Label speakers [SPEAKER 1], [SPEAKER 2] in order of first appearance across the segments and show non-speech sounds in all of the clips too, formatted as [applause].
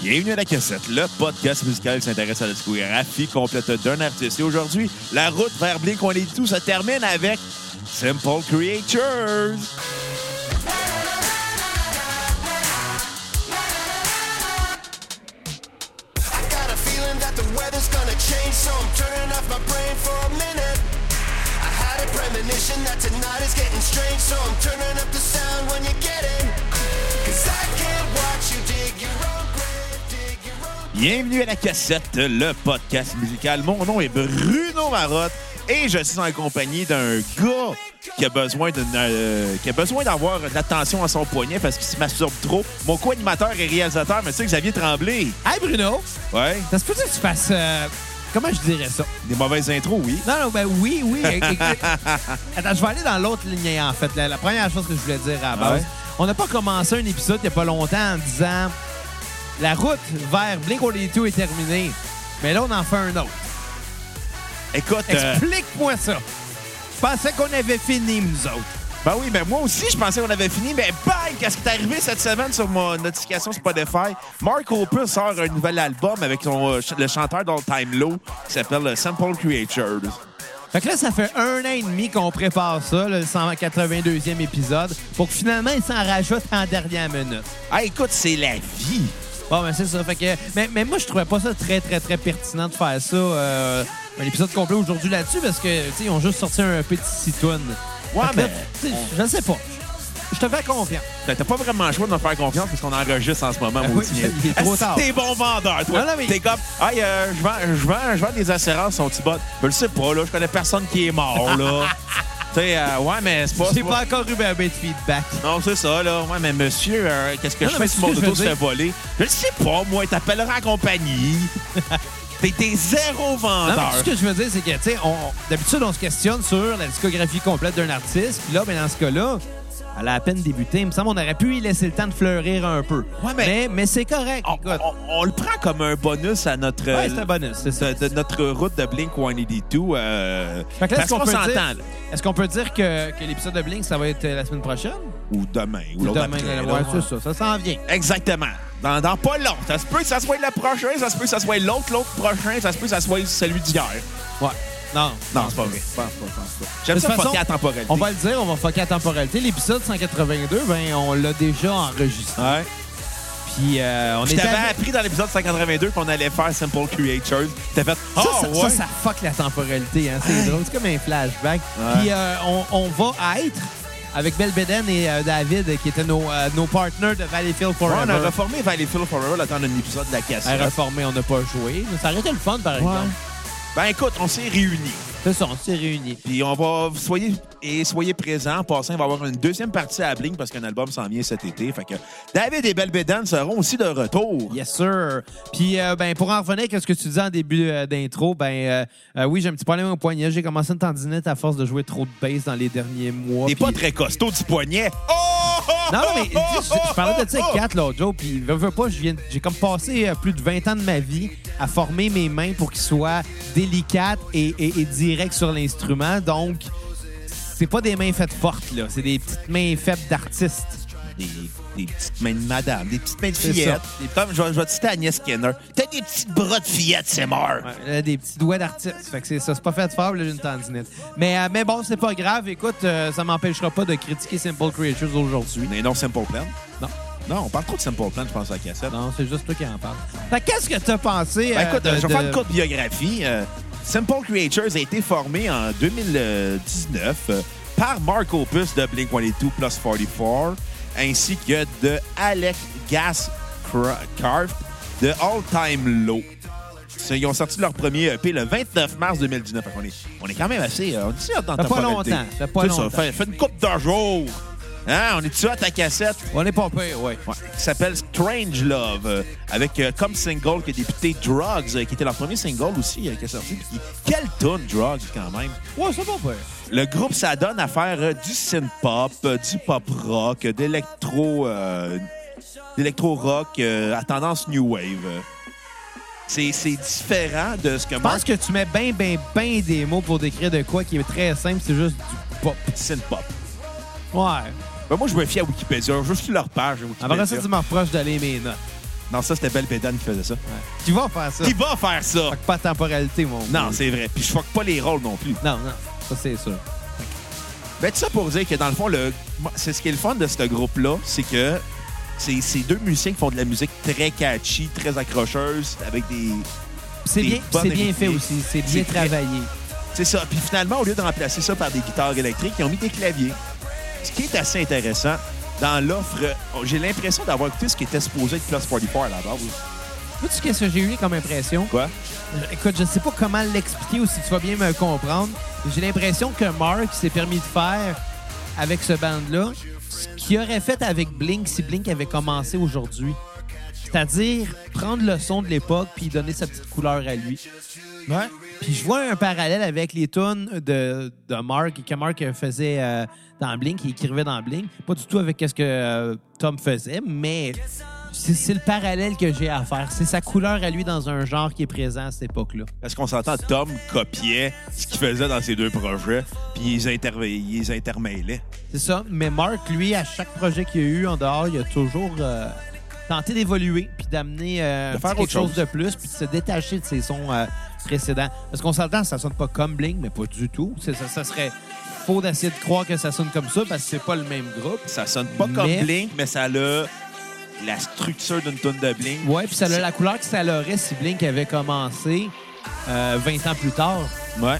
[SPEAKER 1] Bienvenue à la cassette, le podcast musical qui s'intéresse à la discographie complète d'un artiste. Et aujourd'hui, la route vers Blink, on est tout, se termine avec Simple Creatures.
[SPEAKER 2] I got a feeling that the weather's gonna change, so I'm turning off my brain for a minute. I had a premonition that tonight is getting strange, so I'm turning up the sound when you get it. Cause I can't watch you dig your own grave, dig your own.
[SPEAKER 1] Bienvenue à la cassette, le podcast musical. Mon nom est Bruno Marotte et je suis en compagnie d'un gars qui a besoin d'une, euh, qui a besoin d'avoir de l'attention à son poignet parce qu'il se masturbe trop. Mon co-animateur et réalisateur, monsieur Xavier Tremblay.
[SPEAKER 3] Hey Bruno,
[SPEAKER 1] Ouais,
[SPEAKER 3] ça se peut que tu fasses. euh, comment je dirais ça?
[SPEAKER 1] des mauvaises intros, oui.
[SPEAKER 3] Non, non, ben oui, oui. é- é-
[SPEAKER 1] [laughs]
[SPEAKER 3] Attends, je vais aller dans l'autre lignée, en fait. La, la première chose que je voulais dire à la base.
[SPEAKER 1] Ah Ouais.
[SPEAKER 3] On n'a pas commencé un épisode il n'y a pas longtemps en disant la route vers Blink 182 est terminée. Mais là, on en fait un autre.
[SPEAKER 1] Écoute, euh,
[SPEAKER 3] Explique-moi ça. Je pensais qu'on avait fini, nous autres.
[SPEAKER 1] Ben oui, ben moi aussi, je pensais qu'on avait fini, mais bang! Qu'est-ce qui est arrivé cette semaine sur ma notification Spotify? Mark Hoppus sort un nouvel album avec son, euh, ch- le chanteur d'All Time Low qui s'appelle euh, Sample Creatures.
[SPEAKER 3] Fait que là, ça fait un an et demi qu'on prépare ça, le 182e épisode, pour que finalement, il s'en rajoute en dernière minute.
[SPEAKER 1] Ah, écoute, c'est la vie!
[SPEAKER 3] Bon, mais c'est ça. Fait que, mais, mais moi, je trouvais pas ça très, très, très pertinent de faire ça. euh, un épisode complet aujourd'hui là-dessus parce que, tu sais, ils ont juste sorti un petit citoune.
[SPEAKER 1] Ouais, mais
[SPEAKER 3] Je sais pas. Je te fais confiance.
[SPEAKER 1] Ben, t'as t'as pas vraiment le choix de me faire confiance parce qu'on enregistre en ce moment,
[SPEAKER 3] Ah
[SPEAKER 1] mon
[SPEAKER 3] oui, [laughs] il est trop tard.
[SPEAKER 1] T'es bon vendeur, toi!
[SPEAKER 3] Non, non, mais-
[SPEAKER 1] T'es comme, hey, euh, je vends, je vends, je vends des assurances, son petit bot. Ben, je sais pas, là, je connais personne qui est mort,
[SPEAKER 3] [laughs]
[SPEAKER 1] là. tu sais, euh, ouais, mais c'est pas.
[SPEAKER 3] J'ai
[SPEAKER 1] c'est
[SPEAKER 3] pas encore eu ben, ben de feedback.
[SPEAKER 1] Non, c'est ça, là. Ouais, mais monsieur, euh, qu'est-ce que
[SPEAKER 3] Non,
[SPEAKER 1] je
[SPEAKER 3] non,
[SPEAKER 1] fais
[SPEAKER 3] mais
[SPEAKER 1] si
[SPEAKER 3] tu
[SPEAKER 1] mon
[SPEAKER 3] sais, je
[SPEAKER 1] auto
[SPEAKER 3] veux
[SPEAKER 1] se fait
[SPEAKER 3] dire-
[SPEAKER 1] voler? Je le sais pas, moi. T'appelleras en
[SPEAKER 3] [laughs]
[SPEAKER 1] compagnie. T'es t'es zéro
[SPEAKER 3] Non,
[SPEAKER 1] vendeur.
[SPEAKER 3] mais tout ce que je veux dire, c'est que, tu sais, on- d'habitude, on se questionne sur la discographie complète d'un artiste. Puis là, ben, dans ce cas-là, elle a à peine débuté. Il me semble qu'on aurait pu y laisser le temps de fleurir un peu.
[SPEAKER 1] Ouais, mais-
[SPEAKER 3] mais, mais c'est correct.
[SPEAKER 1] On, euh,
[SPEAKER 3] écoute.
[SPEAKER 1] on- on le prend comme un bonus à notre,
[SPEAKER 3] Ouais, c'est un bonus, c'est ça.
[SPEAKER 1] de, de notre route de Blink 182. Euh,
[SPEAKER 3] Fait que là,
[SPEAKER 1] parce
[SPEAKER 3] est-ce qu'on
[SPEAKER 1] qu'on
[SPEAKER 3] peut
[SPEAKER 1] s'entend,
[SPEAKER 3] dire-
[SPEAKER 1] là.
[SPEAKER 3] Est-ce qu'on peut dire que, que l'épisode de Blink, ça va être euh, la semaine prochaine?
[SPEAKER 1] Ou demain, ou
[SPEAKER 3] Ou
[SPEAKER 1] l'autre
[SPEAKER 3] demain,
[SPEAKER 1] après,
[SPEAKER 3] la-
[SPEAKER 1] là.
[SPEAKER 3] ouais, c'est ça, ça s'en vient.
[SPEAKER 1] Exactement. Dans, dans pas long. Ça se peut que ça soit le prochain, ça se peut que ça soit l'autre, l'autre prochain, ça se peut que ça soit celui d'hier.
[SPEAKER 3] Ouais. Non.
[SPEAKER 1] Non, c'est pas vrai. J'aime
[SPEAKER 3] De toute
[SPEAKER 1] ça,
[SPEAKER 3] façon,
[SPEAKER 1] fucker la temporalité.
[SPEAKER 3] On va le dire, on va fucker la temporalité. L'épisode 182, ben, on l'a déjà enregistré.
[SPEAKER 1] Ouais.
[SPEAKER 3] Puis euh, on
[SPEAKER 1] Je
[SPEAKER 3] est
[SPEAKER 1] t'avais
[SPEAKER 3] à-
[SPEAKER 1] appris dans l'épisode 182 qu'on allait faire Simple Creatures. T'as fait «
[SPEAKER 3] Ça,
[SPEAKER 1] Oh,
[SPEAKER 3] ça,
[SPEAKER 1] ouais!
[SPEAKER 3] ça, ça fuck la temporalité. Hein. C'est drôle. C'est comme un flashback.
[SPEAKER 1] Ouais.
[SPEAKER 3] Puis euh, on, on va être avec Belbeden et euh, David, qui étaient nos, euh, nos partners de Valleyfield
[SPEAKER 1] Ouais,
[SPEAKER 3] Forever.
[SPEAKER 1] on a reformé Valleyfield Forever le temps d'un épisode de la cassette.
[SPEAKER 3] À reformer, on n'a pas joué. Ça aurait été le fun, par exemple.
[SPEAKER 1] Ben écoute, on s'est réunis.
[SPEAKER 3] C'est ça, on s'est réunis.
[SPEAKER 1] Puis on va... Soyez, et soyez présents. En passant, il va y avoir une deuxième partie à Blink parce qu'un album s'en vient cet été. Fait que David et Belbédan seront aussi de retour.
[SPEAKER 3] Yes, sir. Puis, euh, ben, pour en revenir à ce que tu disais en début euh, d'intro, ben, euh, euh, oui, j'ai un petit problème au poignet. J'ai commencé une tendinite à force de jouer trop de bass dans les derniers mois.
[SPEAKER 1] T'es
[SPEAKER 3] puis-
[SPEAKER 1] pas très costaud du poignet. Oh!
[SPEAKER 3] Non, non, mais tu sais, je, je parlais de ça avec Kat l'autre jour, puis veux, veux pas, je viens- j'ai comme passé euh, plus de 20 ans de ma vie à former mes mains pour qu'ils soient délicates et, et, et directes sur l'instrument. Donc, c'est pas des mains faites fortes, là. C'est des petites mains faibles d'artistes.
[SPEAKER 1] Des, des petites mains de madame, des petites mains de
[SPEAKER 3] C'est
[SPEAKER 1] fillette.
[SPEAKER 3] ça.
[SPEAKER 1] Des- Comme je, vais- je vais te citer Agnès Skinner. T'as des petites bras de fillette, c'est mort.
[SPEAKER 3] Euh, des petits doigts d'artiste. Fait que c'est ça, c'est pas fait fort, là, j'ai une tendinite. Mais, euh, mais bon, c'est pas grave. Écoute, euh, ça m'empêchera pas de critiquer Simple Creatures aujourd'hui.
[SPEAKER 1] Mais non, Simple Plan.
[SPEAKER 3] Non.
[SPEAKER 1] Non, on parle trop de Simple Plan, je pense, à la cassette.
[SPEAKER 3] Non, c'est juste toi qui en parle. Fait que qu'est-ce que t'as pensé?
[SPEAKER 1] Ben,
[SPEAKER 3] euh,
[SPEAKER 1] écoute,
[SPEAKER 3] de-
[SPEAKER 1] je vais faire
[SPEAKER 3] de-
[SPEAKER 1] une courte biographie. Euh, Simple Creatures a été formé en 2019 euh, par Mark Opus de Blink-182 Plus 44 ainsi que de Alec Gascraft de All Time Low. C'est- Ils ont sorti leur premier EP le 29 mars 2019. Fait qu'on est- on est quand même assez... euh, on est sûr dans la
[SPEAKER 3] Ça fait pas
[SPEAKER 1] temporalité.
[SPEAKER 3] longtemps, ça fait pas
[SPEAKER 1] C'est ça,
[SPEAKER 3] longtemps.
[SPEAKER 1] fait, fait une coupe d'un jour. Hein, on est sûr à ta cassette?
[SPEAKER 3] On est pas pire, ouais.
[SPEAKER 1] Ouais, qui s'appelle Strange Love, euh, avec euh, comme single qui a débuté Drugs, euh, qui était leur premier single aussi, euh, qui est sorti. Puis, qui- quelle tonne Drugs quand même!
[SPEAKER 3] Ouais, c'est pas pire.
[SPEAKER 1] Le groupe s'adonne à faire euh, du synth-pop, euh, du pop-rock, euh, d'électro... euh, d'électro-rock euh, à tendance new wave. C'est c'est différent de ce que
[SPEAKER 3] Je pense
[SPEAKER 1] Mark
[SPEAKER 3] que tu mets bien, bien, bien des mots pour décrire de quoi qui est très simple, c'est juste du pop.
[SPEAKER 1] synth-pop.
[SPEAKER 3] Ouais.
[SPEAKER 1] Ben, moi, je me fie à Wikipédia. Je suis leur page,
[SPEAKER 3] Après ça,
[SPEAKER 1] Wikipédia.
[SPEAKER 3] tu me reproches d'aller mes notes.
[SPEAKER 1] Non, ça, c'était Belle Bédane qui faisait ça.
[SPEAKER 3] Qui va faire ça?
[SPEAKER 1] Qui va faire ça?
[SPEAKER 3] Fait que pas de temporalité, mon
[SPEAKER 1] Non,
[SPEAKER 3] gars.
[SPEAKER 1] c'est vrai. Puis je fuck pas les rôles non plus.
[SPEAKER 3] Non, non. Ça, c'est sûr.
[SPEAKER 1] Ben, tout ça pour dire que dans le fond, le... moi, c'est ce qui est le fun de ce groupe-là, c'est que c'est c'est deux musiciens qui font de la musique très catchy, très accrocheuse, avec des.
[SPEAKER 3] C'est
[SPEAKER 1] Des
[SPEAKER 3] bien,
[SPEAKER 1] bonnes
[SPEAKER 3] c'est bien
[SPEAKER 1] rythmiques.
[SPEAKER 3] fait aussi. C'est bien
[SPEAKER 1] C'est très-
[SPEAKER 3] travaillé.
[SPEAKER 1] C'est ça. Puis finalement, au lieu de remplacer ça par des guitares électriques, ils ont mis des claviers. Ce qui est assez intéressant dans l'offre, euh, j'ai l'impression d'avoir écouté ce qui était supposé être Plus 44 à la base.
[SPEAKER 3] Sais-tu qu'est-ce que j'ai eu comme impression?
[SPEAKER 1] Quoi?
[SPEAKER 3] Je- Écoute, je sais pas comment l'expliquer ou si tu vas bien me comprendre. J'ai l'impression que Mark s'est permis de faire avec ce band-là ce qu'il aurait fait avec Blink si Blink avait commencé aujourd'hui. C'est-à-dire prendre le son de l'époque puis donner sa petite couleur à lui.
[SPEAKER 1] Ouais.
[SPEAKER 3] Puis je vois un parallèle avec les tunes de, de Mark que Mark faisait euh, dans Blink, il écrivait dans Blink. Pas du tout avec ce que euh, Tom faisait, mais c'est c'est le parallèle que j'ai à faire. C'est sa couleur à lui dans un genre qui est présent à cette époque-là.
[SPEAKER 1] Parce qu'on s'entend, Tom copiait ce qu'il faisait dans ses deux projets, puis il les, interve- il les intermêlait.
[SPEAKER 3] C'est ça. Mais Mark, lui, à chaque projet qu'il y a eu en dehors, il a toujours euh, tenté d'évoluer puis d'amener euh,
[SPEAKER 1] De faire
[SPEAKER 3] quelque
[SPEAKER 1] autre
[SPEAKER 3] chose.
[SPEAKER 1] chose.
[SPEAKER 3] de plus puis de se détacher de ses sons euh, précédents. Parce qu'on s'entend, ça sonne pas comme Blink, mais pas du tout. C'est- Ça, ça serait faux d'essayer de croire que ça sonne comme ça parce que c'est pas le même groupe.
[SPEAKER 1] Ça sonne pas comme
[SPEAKER 3] Mais-
[SPEAKER 1] Blink, mais ça a la structure d'une tonne de Blink.
[SPEAKER 3] Ouais, puis ça a la couleur que ça l'aurait si Blink avait commencé euh, 20 ans plus tard,
[SPEAKER 1] Ouais.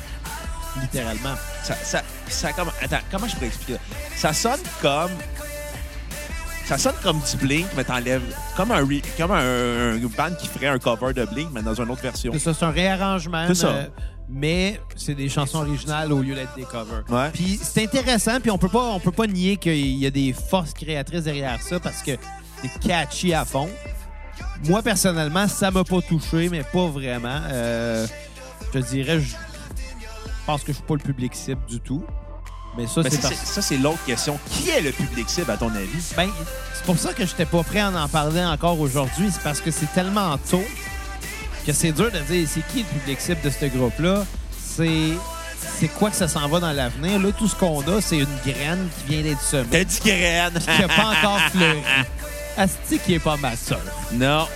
[SPEAKER 3] littéralement.
[SPEAKER 1] Ça, ça, ça comme... Attends, comment je pourrais expliquer ça? Ça sonne comme... Ça sonne comme du Blink, mais t'enlèves... Comme un, re- comme un, un band qui ferait un cover de Blink, mais dans une autre version.
[SPEAKER 3] C'est ça, c'est un réarrangement. euh,
[SPEAKER 1] C'est ça.
[SPEAKER 3] mais c'est des chansons originales au lieu d'être des covers.
[SPEAKER 1] Ouais.
[SPEAKER 3] Puis c'est intéressant, puis on peut pas, on peut pas nier qu'il y a des forces créatrices derrière ça parce que c'est catchy à fond. Moi, personnellement, ça m'a pas touché, mais pas vraiment. Euh, je te dirais, je pense que je suis pas le public cible du tout. Mais ça,
[SPEAKER 1] Mais
[SPEAKER 3] c'est
[SPEAKER 1] ça,
[SPEAKER 3] parce
[SPEAKER 1] c'est- ça, c'est l'autre question. Qui est le public cible, à ton avis?
[SPEAKER 3] ben, c'est pour ça que j'étais pas prêt à en parler encore aujourd'hui. C'est parce que c'est tellement tôt que c'est dur de dire c'est qui le public cible de ce groupe-là. C'est c'est quoi que ça s'en va dans l'avenir. Là, tout ce qu'on a, c'est une graine qui vient d'être semée,
[SPEAKER 1] T'as dit [laughs] graine!
[SPEAKER 3] qui n'a pas encore fleuri. Asti qui est pas ma sœur.
[SPEAKER 1] Non.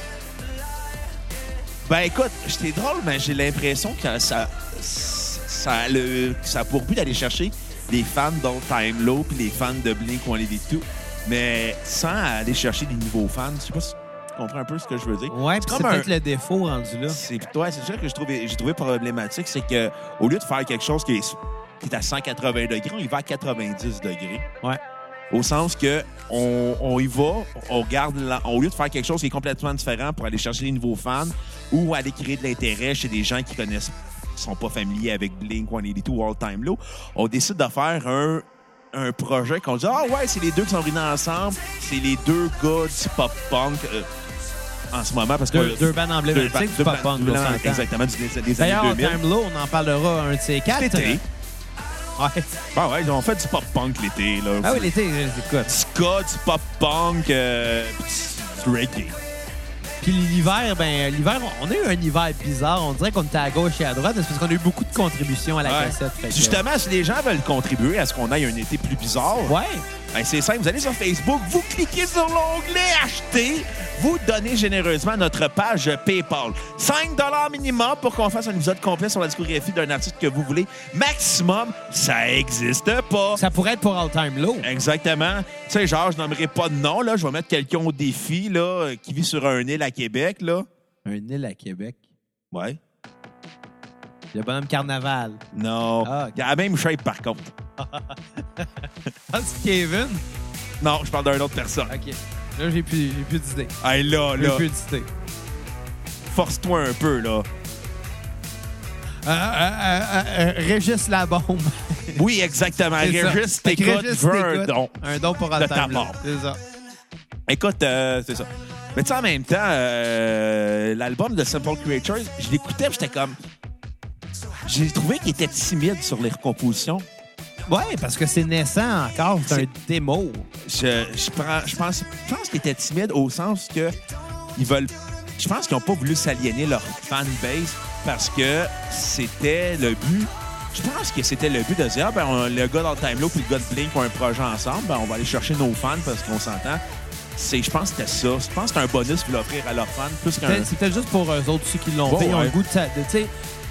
[SPEAKER 1] Ben écoute, j'étais drôle, mais j'ai l'impression que ça, ça, a le, ça a pour but d'aller chercher les fans dont Time Low puis les fans de Blink on les dit tout, mais sans aller chercher des nouveaux fans. Je sais pas si tu comprends un peu ce que je veux dire.
[SPEAKER 3] Ouais, puis c'est
[SPEAKER 1] comme un-
[SPEAKER 3] peut-être le défaut rendu là.
[SPEAKER 1] C'est ouais, c'est ça que je trouve- j'ai trouvé problématique, c'est que au lieu de faire quelque chose qui est, qui est à 180 degrés, on y va à 90 degrés.
[SPEAKER 3] Ouais.
[SPEAKER 1] Au sens que on, on y va, on garde la- au lieu de faire quelque chose qui est complètement différent pour aller chercher des nouveaux fans ou aller créer de l'intérêt chez des gens qui connaissent qui sont pas familiers avec Blink, One ou All Time Low, on décide de faire un, un projet qu'on dit Ah ouais, c'est les deux qui sont venus ensemble, c'est les deux gars du pop punk euh, en ce moment parce que
[SPEAKER 3] Deux, deux bandes
[SPEAKER 1] deux
[SPEAKER 3] emblématiques
[SPEAKER 1] ba-
[SPEAKER 3] du
[SPEAKER 1] deux ba-
[SPEAKER 3] pop-punk.
[SPEAKER 1] deux
[SPEAKER 3] on
[SPEAKER 1] bandes,
[SPEAKER 3] s'entend.
[SPEAKER 1] Exactement, du- des, des
[SPEAKER 3] D'ailleurs,
[SPEAKER 1] années 2000.
[SPEAKER 3] Time Low, on en parlera un de ces quatre.
[SPEAKER 1] L'été.
[SPEAKER 3] Ouais.
[SPEAKER 1] Ben ouais, ils ont fait du pop-punk l'été. Là.
[SPEAKER 3] Ah oui, l'été, écoute.
[SPEAKER 1] Du ska, du pop-punk, euh, pis du reggae.
[SPEAKER 3] Puis l'hiver, ben l'hiver, on a eu un hiver bizarre. On dirait qu'on était à gauche et à droite, mais c'est parce qu'on a eu beaucoup de contributions à la
[SPEAKER 1] Ouais.
[SPEAKER 3] cassette. fait que-
[SPEAKER 1] Puis Justement, si les gens veulent contribuer à ce qu'on ait un été plus bizarre,
[SPEAKER 3] euh, Ouais.
[SPEAKER 1] ben c'est simple. Vous allez sur Facebook, vous cliquez sur l'onglet Acheter, vous donnez généreusement à notre page PayPal. 5 minimum pour qu'on fasse un épisode complet sur la discographie d'un artiste que vous voulez. Maximum, ça existe pas.
[SPEAKER 3] Ça pourrait être pour All Time Low.
[SPEAKER 1] Exactement. Tu sais, genre, je nommerai pas de nom, là. Je vais mettre quelqu'un au défi, là, euh, qui vit sur un île à Québec, là.
[SPEAKER 3] Un île à Québec.
[SPEAKER 1] Ouais.
[SPEAKER 3] Le bonhomme carnaval. [laughs]
[SPEAKER 1] Non.
[SPEAKER 3] Ah, ok.
[SPEAKER 1] Il a la même shape, par contre.
[SPEAKER 3] Ah, c'est Kevin?
[SPEAKER 1] Non, je parle d'une autre personne.
[SPEAKER 3] OK. Là, j'ai plus, j'ai plus d'idées.
[SPEAKER 1] Hey, là,
[SPEAKER 3] J'ai
[SPEAKER 1] là,
[SPEAKER 3] plus d'idées.
[SPEAKER 1] force-toi un peu, là.
[SPEAKER 3] Euh, euh, euh, euh, Régis la bombe.
[SPEAKER 1] Oui, exactement. Ah, Régis, t'écoutes, veux un don.
[SPEAKER 3] Un don pour All
[SPEAKER 1] De ta
[SPEAKER 3] Time Low.
[SPEAKER 1] part.
[SPEAKER 3] C'est ça.
[SPEAKER 1] Écoute, euh, c'est ça. Mais tu sais, en même temps, euh, l'album de Simple Creatures, je l'écoutais, puis j'étais comme... J'ai trouvé qu'il était timide sur les recompositions.
[SPEAKER 3] Ouais, parce que c'est naissant encore. C'est un démo.
[SPEAKER 1] je, je, prends- je pense, je pense qu'ils étaient timides au sens que ils veulent. Je pense qu'ils n'ont pas voulu s'aliéner leur fanbase parce que c'était le but. Je pense que c'était le but de dire ah, ben, on- le gars dans le Time Loop et le gars de Blink ont un projet ensemble, ben, on va aller chercher nos fans parce qu'on s'entend. c'est, je pense que c'était ça. Je pense que c'est un bonus pour l'offrir à leurs fans plus qu'un.
[SPEAKER 3] Peut-être- C'est peut-être juste pour eux autres, ceux qui l'ont
[SPEAKER 1] Bon,
[SPEAKER 3] fait. Ils ont
[SPEAKER 1] ouais.
[SPEAKER 3] le goût de ça. de- Tu sais,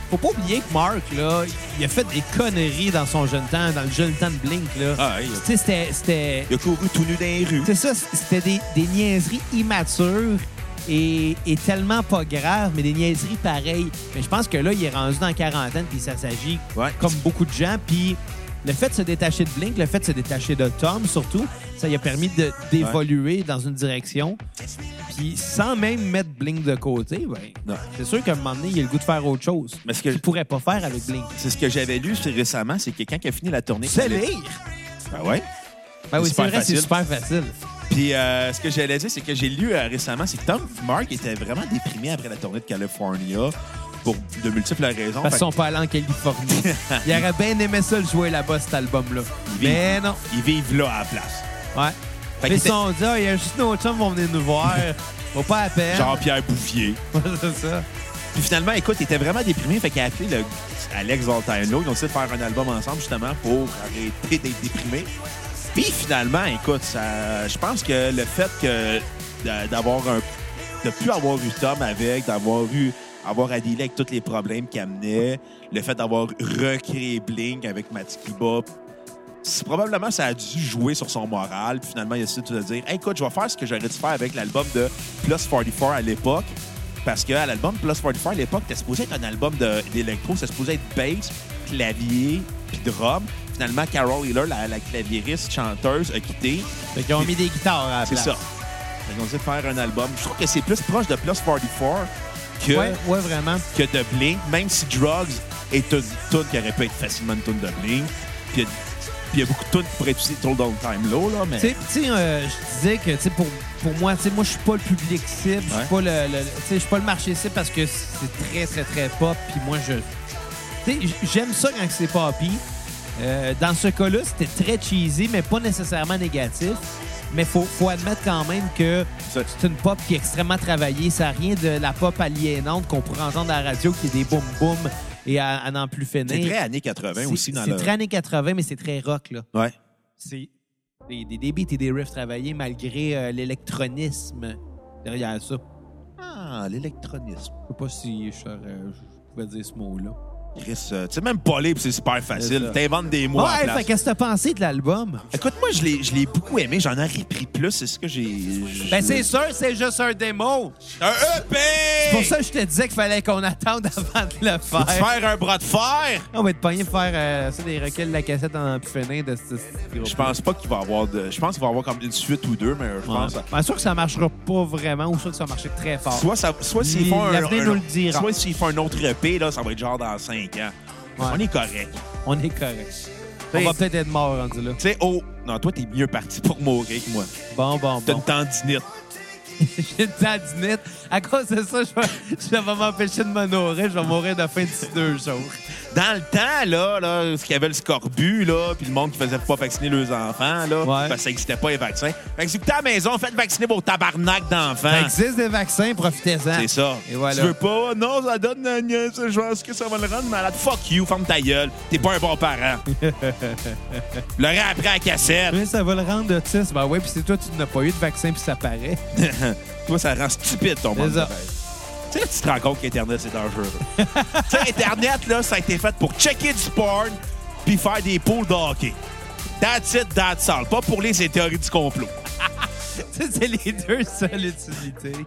[SPEAKER 3] faut pas oublier que Mark, là, il a fait des conneries dans son jeune temps, dans le jeune temps de Blink, là.
[SPEAKER 1] Ah, ouais, il, a,
[SPEAKER 3] Tu sais, c'était- c'était.
[SPEAKER 1] il a couru tout nu dans les rues.
[SPEAKER 3] C'est ça, c'était des, des niaiseries immatures et, et tellement pas graves, mais des niaiseries pareilles. Mais je pense que là, il est rendu dans la quarantaine, puis ça s'agit
[SPEAKER 1] Ouais.
[SPEAKER 3] comme beaucoup de gens. Puis le fait de se détacher de Blink, le fait de se détacher de Tom, surtout, ça lui a permis de- d'évoluer dans une direction. Puis sans même mettre Blink de côté, ben,
[SPEAKER 1] Non.
[SPEAKER 3] c'est sûr qu'à un moment donné, il a le goût de faire autre chose.
[SPEAKER 1] Mais ce que-
[SPEAKER 3] qu'il pourrait pas faire avec Blink.
[SPEAKER 1] C'est ce que j'avais lu c'est récemment, c'est quelqu'un qui a fini la tournée.
[SPEAKER 3] C'est
[SPEAKER 1] Allait-
[SPEAKER 3] lire!
[SPEAKER 1] Ah ouais?
[SPEAKER 3] Ben oui,
[SPEAKER 1] C'est
[SPEAKER 3] c'est
[SPEAKER 1] super
[SPEAKER 3] vrai, c'est
[SPEAKER 1] facile.
[SPEAKER 3] super facile.
[SPEAKER 1] Puis euh, ce que j'allais dire, c'est que j'ai lu euh, récemment, c'est que Tom Mark était vraiment déprimé après la tournée de California pour de multiples raisons.
[SPEAKER 3] Parce
[SPEAKER 1] Fait
[SPEAKER 3] qu'ils sont pas allés en
[SPEAKER 1] [laughs]
[SPEAKER 3] Californie. Il aurait bien aimé ça le jouer là-bas, cet album-là.
[SPEAKER 1] qu'ils vivent-
[SPEAKER 3] Mais non.
[SPEAKER 1] Ils vivent là à la place.
[SPEAKER 3] Ouais.
[SPEAKER 1] Fait
[SPEAKER 3] Mais
[SPEAKER 1] qu'ils
[SPEAKER 3] ils se sont dit, Ah, il y a juste nos chums qui vont venir nous
[SPEAKER 1] [laughs]
[SPEAKER 3] voir. Faut pas à peine.
[SPEAKER 1] Jean-Pierre Bouffier.
[SPEAKER 3] [laughs] c'est ça.
[SPEAKER 1] Puis finalement, écoute, il était vraiment déprimé, fait qu'il a appelé le Alex Voltaino. Ils ont essayé de faire un album ensemble justement pour arrêter d'être déprimé. Puis finalement, écoute, ça, je pense que le fait que d'a- d'avoir un, de plus avoir eu Tom avec, d'avoir eu avoir à dealer avec tous les problèmes qu'il amenait, le fait d'avoir recréé Blink avec Matty Kiba, c'est- probablement ça a dû jouer sur son moral. Puis finalement, il a décidé de se dire Hey, écoute, je vais faire ce que j'aurais dû faire avec l'album de Plus 44 à l'époque. Parce que à l'album Plus 44 à l'époque, c'était supposé être un album de- d'électro, c'était supposé être bass, clavier, puis drum. Finalement, Carol Hiller, la, la claviériste, chanteuse, a quitté.
[SPEAKER 3] Fait qu'ils ont mis des guitares à la
[SPEAKER 1] C'est
[SPEAKER 3] place.
[SPEAKER 1] ça. Fait qu'on dit de faire un album. Je trouve que c'est plus proche de Plus 44 que,
[SPEAKER 3] Ouais, ouais, vraiment.
[SPEAKER 1] que de Blink, même si Drugs est une tune qui aurait pu être facilement une tune de Blink. Puis il y a- puis il y a beaucoup de tunes qui pourraient être aussi Told Down Time Low, là, mais.
[SPEAKER 3] Tu sais, tu sais, euh, je disais que tu sais, pour, pour moi, tu sais, moi, je suis pas le public cible. Je
[SPEAKER 1] Ouais.
[SPEAKER 3] suis pas le, le- le- tu sais, je suis pas le marché cible parce que c'est très, très, très pop. Puis moi, je. tu sais, j- j'aime ça quand c'est poppy. Euh, dans ce cas-là, c'était très cheesy, mais pas nécessairement négatif. Mais faut, faut admettre quand même que
[SPEAKER 1] Ça-
[SPEAKER 3] c'est une pop qui est extrêmement travaillée. Ça n'a rien de la pop aliénante qu'on pourrait entendre à la radio qui est des boum-boum et à, à n'en plus finir.
[SPEAKER 1] C'est très années 80 aussi
[SPEAKER 3] C'est-
[SPEAKER 1] dans
[SPEAKER 3] C'est
[SPEAKER 1] le.
[SPEAKER 3] très années 80, mais c'est très rock, là
[SPEAKER 1] Ouais.
[SPEAKER 3] c'est des, des, des beats et des riffs travaillés malgré euh, l'électronisme derrière ça.
[SPEAKER 1] Ah, l'électronisme.
[SPEAKER 3] Je sais pas si je, saurais- je pouvais dire ce mot-là.
[SPEAKER 1] Chris, euh, tu sais, même pas libre, c'est super
[SPEAKER 3] C'est
[SPEAKER 1] facile.
[SPEAKER 3] ça.
[SPEAKER 1] T'inventes des mots. à la
[SPEAKER 3] Ouais,
[SPEAKER 1] place.
[SPEAKER 3] fait qu'est-ce que t'as pensé de l'album?
[SPEAKER 1] Écoute, moi, je l'ai je l'ai beaucoup aimé. J'en ai repris plus. C'est ce que j'ai. je-
[SPEAKER 3] Ben c'est sûr, c'est juste un démo.
[SPEAKER 1] Un E EP!
[SPEAKER 3] C'est pour ça que je te disais qu'il fallait qu'on attende [laughs] avant de le
[SPEAKER 1] Faut-tu
[SPEAKER 3] faire.
[SPEAKER 1] faire un bras de fer?
[SPEAKER 3] On va être pogné pour faire euh, ça, des recueils de la cassette en puffinin de ce
[SPEAKER 1] Je pense pas qu'il va y avoir de. Je pense qu'il va y avoir comme une suite ou deux, mais je pense.
[SPEAKER 3] Ben, sûr que ça marchera pas vraiment ou sûr que ça marchera très fort.
[SPEAKER 1] Soit, ça- soit s'ils font un,
[SPEAKER 3] L'avenir
[SPEAKER 1] un-
[SPEAKER 3] nous le dira.
[SPEAKER 1] soit s'ils font un autre EP, là, ça va être genre dans 5 ans.
[SPEAKER 3] Ouais.
[SPEAKER 1] On est correct.
[SPEAKER 3] On est correct. On va peut-être être mort rendu là.
[SPEAKER 1] Tu sais, oh, non, toi, t'es mieux parti pour mourir que moi.
[SPEAKER 3] Bon, bon,
[SPEAKER 1] T'as
[SPEAKER 3] bon.
[SPEAKER 1] une tendinite.
[SPEAKER 3] J'ai une tendinite. À cause de ça, je vais, je vais m'empêcher de me nourrir. Je vais mourir de faim d'ici deux jours.
[SPEAKER 1] Dans le temps, là, là ce qu'il y avait le scorbut, là, puis le monde qui faisait pas vacciner leurs enfants, là, parce que ça n'existait pas les vaccins. Fait que si vous êtes à la maison, faites vacciner vos tabarnak
[SPEAKER 3] Ça
[SPEAKER 1] d'enfants.
[SPEAKER 3] existe des vaccins, profitez-en.
[SPEAKER 1] C'est ça.
[SPEAKER 3] Et voilà.
[SPEAKER 1] Tu veux pas? Non, ça donne la niaise. Je pense que ça va le rendre malade. Fuck you, ferme ta gueule. T'es pas un bon
[SPEAKER 3] [laughs]
[SPEAKER 1] parent. le après à la cassette.
[SPEAKER 3] Mais ça va le rendre autiste. Ben ouais, puis c'est toi, tu n'as pas eu de vaccin, puis ça paraît.
[SPEAKER 1] Toi, ça rend stupide ton monde.
[SPEAKER 3] ça.
[SPEAKER 1] de rêve. Tu sais, tu te rends compte qu'Internet, c'est dangereux.
[SPEAKER 3] [laughs]
[SPEAKER 1] tu sais, Internet, là, ça a été fait pour checker du porn puis faire des poules de hockey. That's it, that's all. Pas pour les théories du complot.
[SPEAKER 3] Ça, c'est les deux seules utilités.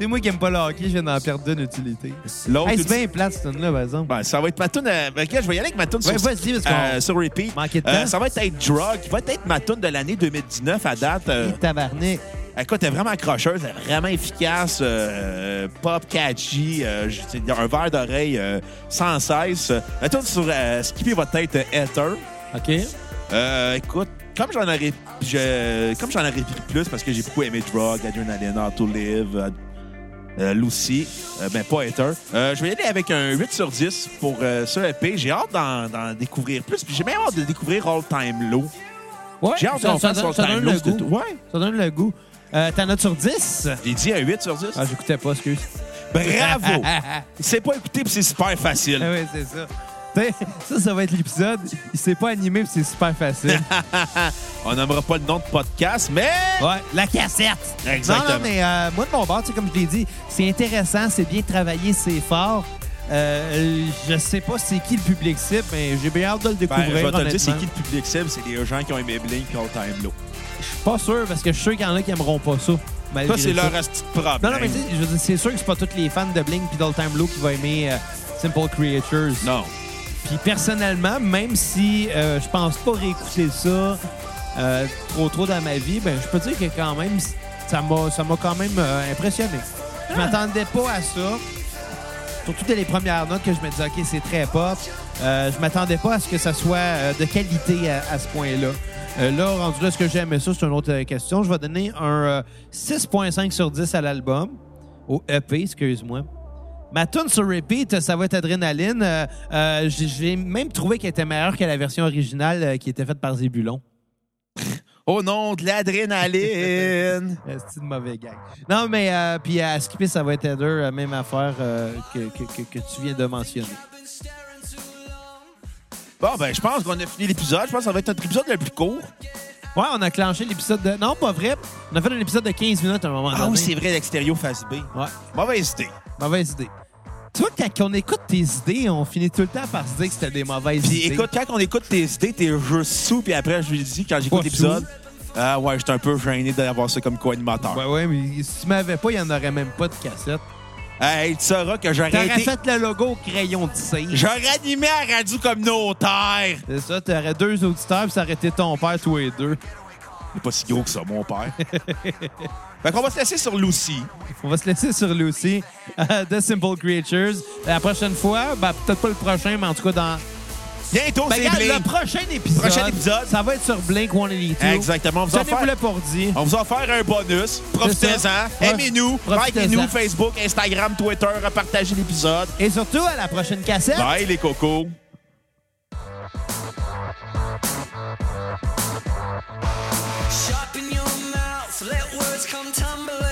[SPEAKER 3] C'est moi qui aime pas le hockey, je viens d'en perdre d'une utilité.
[SPEAKER 1] L'autre
[SPEAKER 3] Hey, c'est
[SPEAKER 1] outil-
[SPEAKER 3] bien plate, cette tune-là, par exemple.
[SPEAKER 1] Ben, ça va être ma toune. euh, ok, je vais y aller avec ma toune
[SPEAKER 3] Ouais,
[SPEAKER 1] sur,
[SPEAKER 3] vas-y, parce
[SPEAKER 1] euh,
[SPEAKER 3] qu'on-
[SPEAKER 1] sur repeat. Euh,
[SPEAKER 3] Manquait de temps.
[SPEAKER 1] ça va être Drug, qui va être ma toune de l'année 2019 à date. euh,
[SPEAKER 3] Hey, tabarnak.
[SPEAKER 1] Écoute, elle est vraiment accrocheuse, elle est vraiment efficace, euh, pop catchy, euh, je- c'est un verre d'oreille euh, sans cesse. Euh, La tune sur euh, Skipper votre tête euh, Ether.
[SPEAKER 3] OK.
[SPEAKER 1] Euh, écoute, comme j'en aurais je, comme j'en aurais pris plus parce que j'ai beaucoup aimé Drug, Adrenaline, How to Live, euh, euh, Lucy, euh, mais pas Ether. Euh, je vais y aller avec un 8 sur 10 pour euh, ce EP. J'ai hâte d'en, d'en découvrir plus, puis j'ai même hâte de découvrir All Time Low.
[SPEAKER 3] Ouais,
[SPEAKER 1] J'ai hâte
[SPEAKER 3] ça,
[SPEAKER 1] d'en
[SPEAKER 3] ça
[SPEAKER 1] faire sur
[SPEAKER 3] donne, ça
[SPEAKER 1] All
[SPEAKER 3] donne
[SPEAKER 1] Time Low.
[SPEAKER 3] le
[SPEAKER 1] c'est tout.
[SPEAKER 3] goût.
[SPEAKER 1] Ouais,
[SPEAKER 3] Ça donne le goût. Euh, T'en as sur 10?
[SPEAKER 1] j'ai dit un 8 sur 10.
[SPEAKER 3] Ah, j'écoutais pas, excuse. [laughs]
[SPEAKER 1] Bravo! C'est pas écouté, puis c'est super facile.
[SPEAKER 3] Ah oui, c'est ça. T'sais, Ça, ça va être l'épisode. Il s'est pas animé, puis c'est super
[SPEAKER 1] [laughs]
[SPEAKER 3] facile.
[SPEAKER 1] On nommera pas le nom de podcast, mais.
[SPEAKER 3] Ouais, la cassette.
[SPEAKER 1] Exactement.
[SPEAKER 3] Non, non, mais euh, moi, de mon bord, tu sais, comme je l'ai dit, c'est intéressant, c'est bien travaillé, c'est fort. Euh, je sais pas c'est qui le public cible, mais j'ai bien hâte de le
[SPEAKER 1] Ben,
[SPEAKER 3] découvrir.
[SPEAKER 1] je vais te le dire, c'est
[SPEAKER 3] honnêtement.
[SPEAKER 1] qui le public cible? C'est les gens qui ont aimé Blink et All Time Low.
[SPEAKER 3] Je suis pas sûr, parce que je suis sûr qu'il y en a qui aimeront pas ça. malgré
[SPEAKER 1] Ça, c'est leur Ben. asti de problème.
[SPEAKER 3] Non, non, mais tu sais, je veux dire, c'est sûr que c'est pas tous les fans de Blink puis d'All Time Low qui vont aimer euh, Simple Creatures.
[SPEAKER 1] Non.
[SPEAKER 3] Puis personnellement, même si euh, je pense pas réécouter ça euh, trop trop dans ma vie, ben je peux dire que quand même, c- ça m'a ça m'a quand même euh, impressionné. Je m'attendais pas à ça. Surtout dès les premières notes que je me disais, OK, c'est très pop. Euh, je m'attendais pas à ce que ça soit euh, de qualité à, à ce point-là. Euh, là, rendu là, ce que j'aimais ça, c'est une autre euh, question. Je vais donner un euh, 6.5 sur 10 à l'album. Au EP, excuse-moi. Ma tune sur repeat, ça va être Adrénaline. Euh, euh, j'ai- J'ai même trouvé qu'elle était meilleure que la version originale euh, qui était faite par Zébulon.
[SPEAKER 1] Au nom de [laughs] l'adrénaline.
[SPEAKER 3] Euh, C'est une mauvaise gag. Non, mais euh, puis à skipper, ça va être Heather, euh, même affaire euh, que, que- que- que tu viens de mentionner.
[SPEAKER 1] bon, ben, je pense qu'on a fini l'épisode. Je pense que ça va être notre épisode le plus court.
[SPEAKER 3] Ouais, on a clenché l'épisode de... Non, pas vrai. On a fait un épisode de 15 minutes à un moment
[SPEAKER 1] Ah
[SPEAKER 3] donné.
[SPEAKER 1] oui, c'est vrai, l'extérieur face B.
[SPEAKER 3] Ouais,
[SPEAKER 1] Mauvaise idée.
[SPEAKER 3] mauvaise idée. Tu vois, quand on écoute tes idées, on finit tout le temps par se dire que c'était des mauvaises
[SPEAKER 1] Puis
[SPEAKER 3] idées.
[SPEAKER 1] écoute, quand on écoute tes idées, t'es juste sous, puis après, je lui dis, quand j'écoute
[SPEAKER 3] Pas
[SPEAKER 1] l'épisode, ah ouais, j'étais un peu gêné d'avoir ça comme co-animateur.
[SPEAKER 3] Ouais, ouais, mais si tu m'avais pas, il n'y en aurait même pas de cassette.
[SPEAKER 1] Hey, tu sauras que j'aurais
[SPEAKER 3] T'aurais
[SPEAKER 1] été.
[SPEAKER 3] fait le logo au crayon de cire.
[SPEAKER 1] J'aurais animé à Radio Communautaire.
[SPEAKER 3] C'est ça, t'aurais deux auditeurs, puis ça aurait été ton père, tous les deux.
[SPEAKER 1] Il est pas si gros que ça, mon [laughs] père. fait qu'on va se laisser sur Lucy.
[SPEAKER 3] On va se laisser sur [laughs] Lucy euh, de Simple Creatures. La prochaine fois, ben, peut-être pas le prochain, mais en tout cas dans...
[SPEAKER 1] Bientôt,
[SPEAKER 3] Ben,
[SPEAKER 1] c'est
[SPEAKER 3] regarde,
[SPEAKER 1] Blink.
[SPEAKER 3] le prochain épisode,
[SPEAKER 1] Prochain épisode.
[SPEAKER 3] ça va être sur Blink-182.
[SPEAKER 1] Exactement. On vous, en
[SPEAKER 3] Tenez-vous le
[SPEAKER 1] faire,
[SPEAKER 3] pour dire.
[SPEAKER 1] on vous en faire un bonus.
[SPEAKER 3] C'est ça.
[SPEAKER 1] Profitez-en.
[SPEAKER 3] Pro-
[SPEAKER 1] Aimez-nous.
[SPEAKER 3] profitez-en.
[SPEAKER 1] Likez-nous. Facebook, Instagram, Twitter. Repartagez l'épisode.
[SPEAKER 3] Et surtout, à la prochaine cassette.
[SPEAKER 1] Bye, les cocos.
[SPEAKER 2] Sharpen your mouth, let words come tumbling. Oh,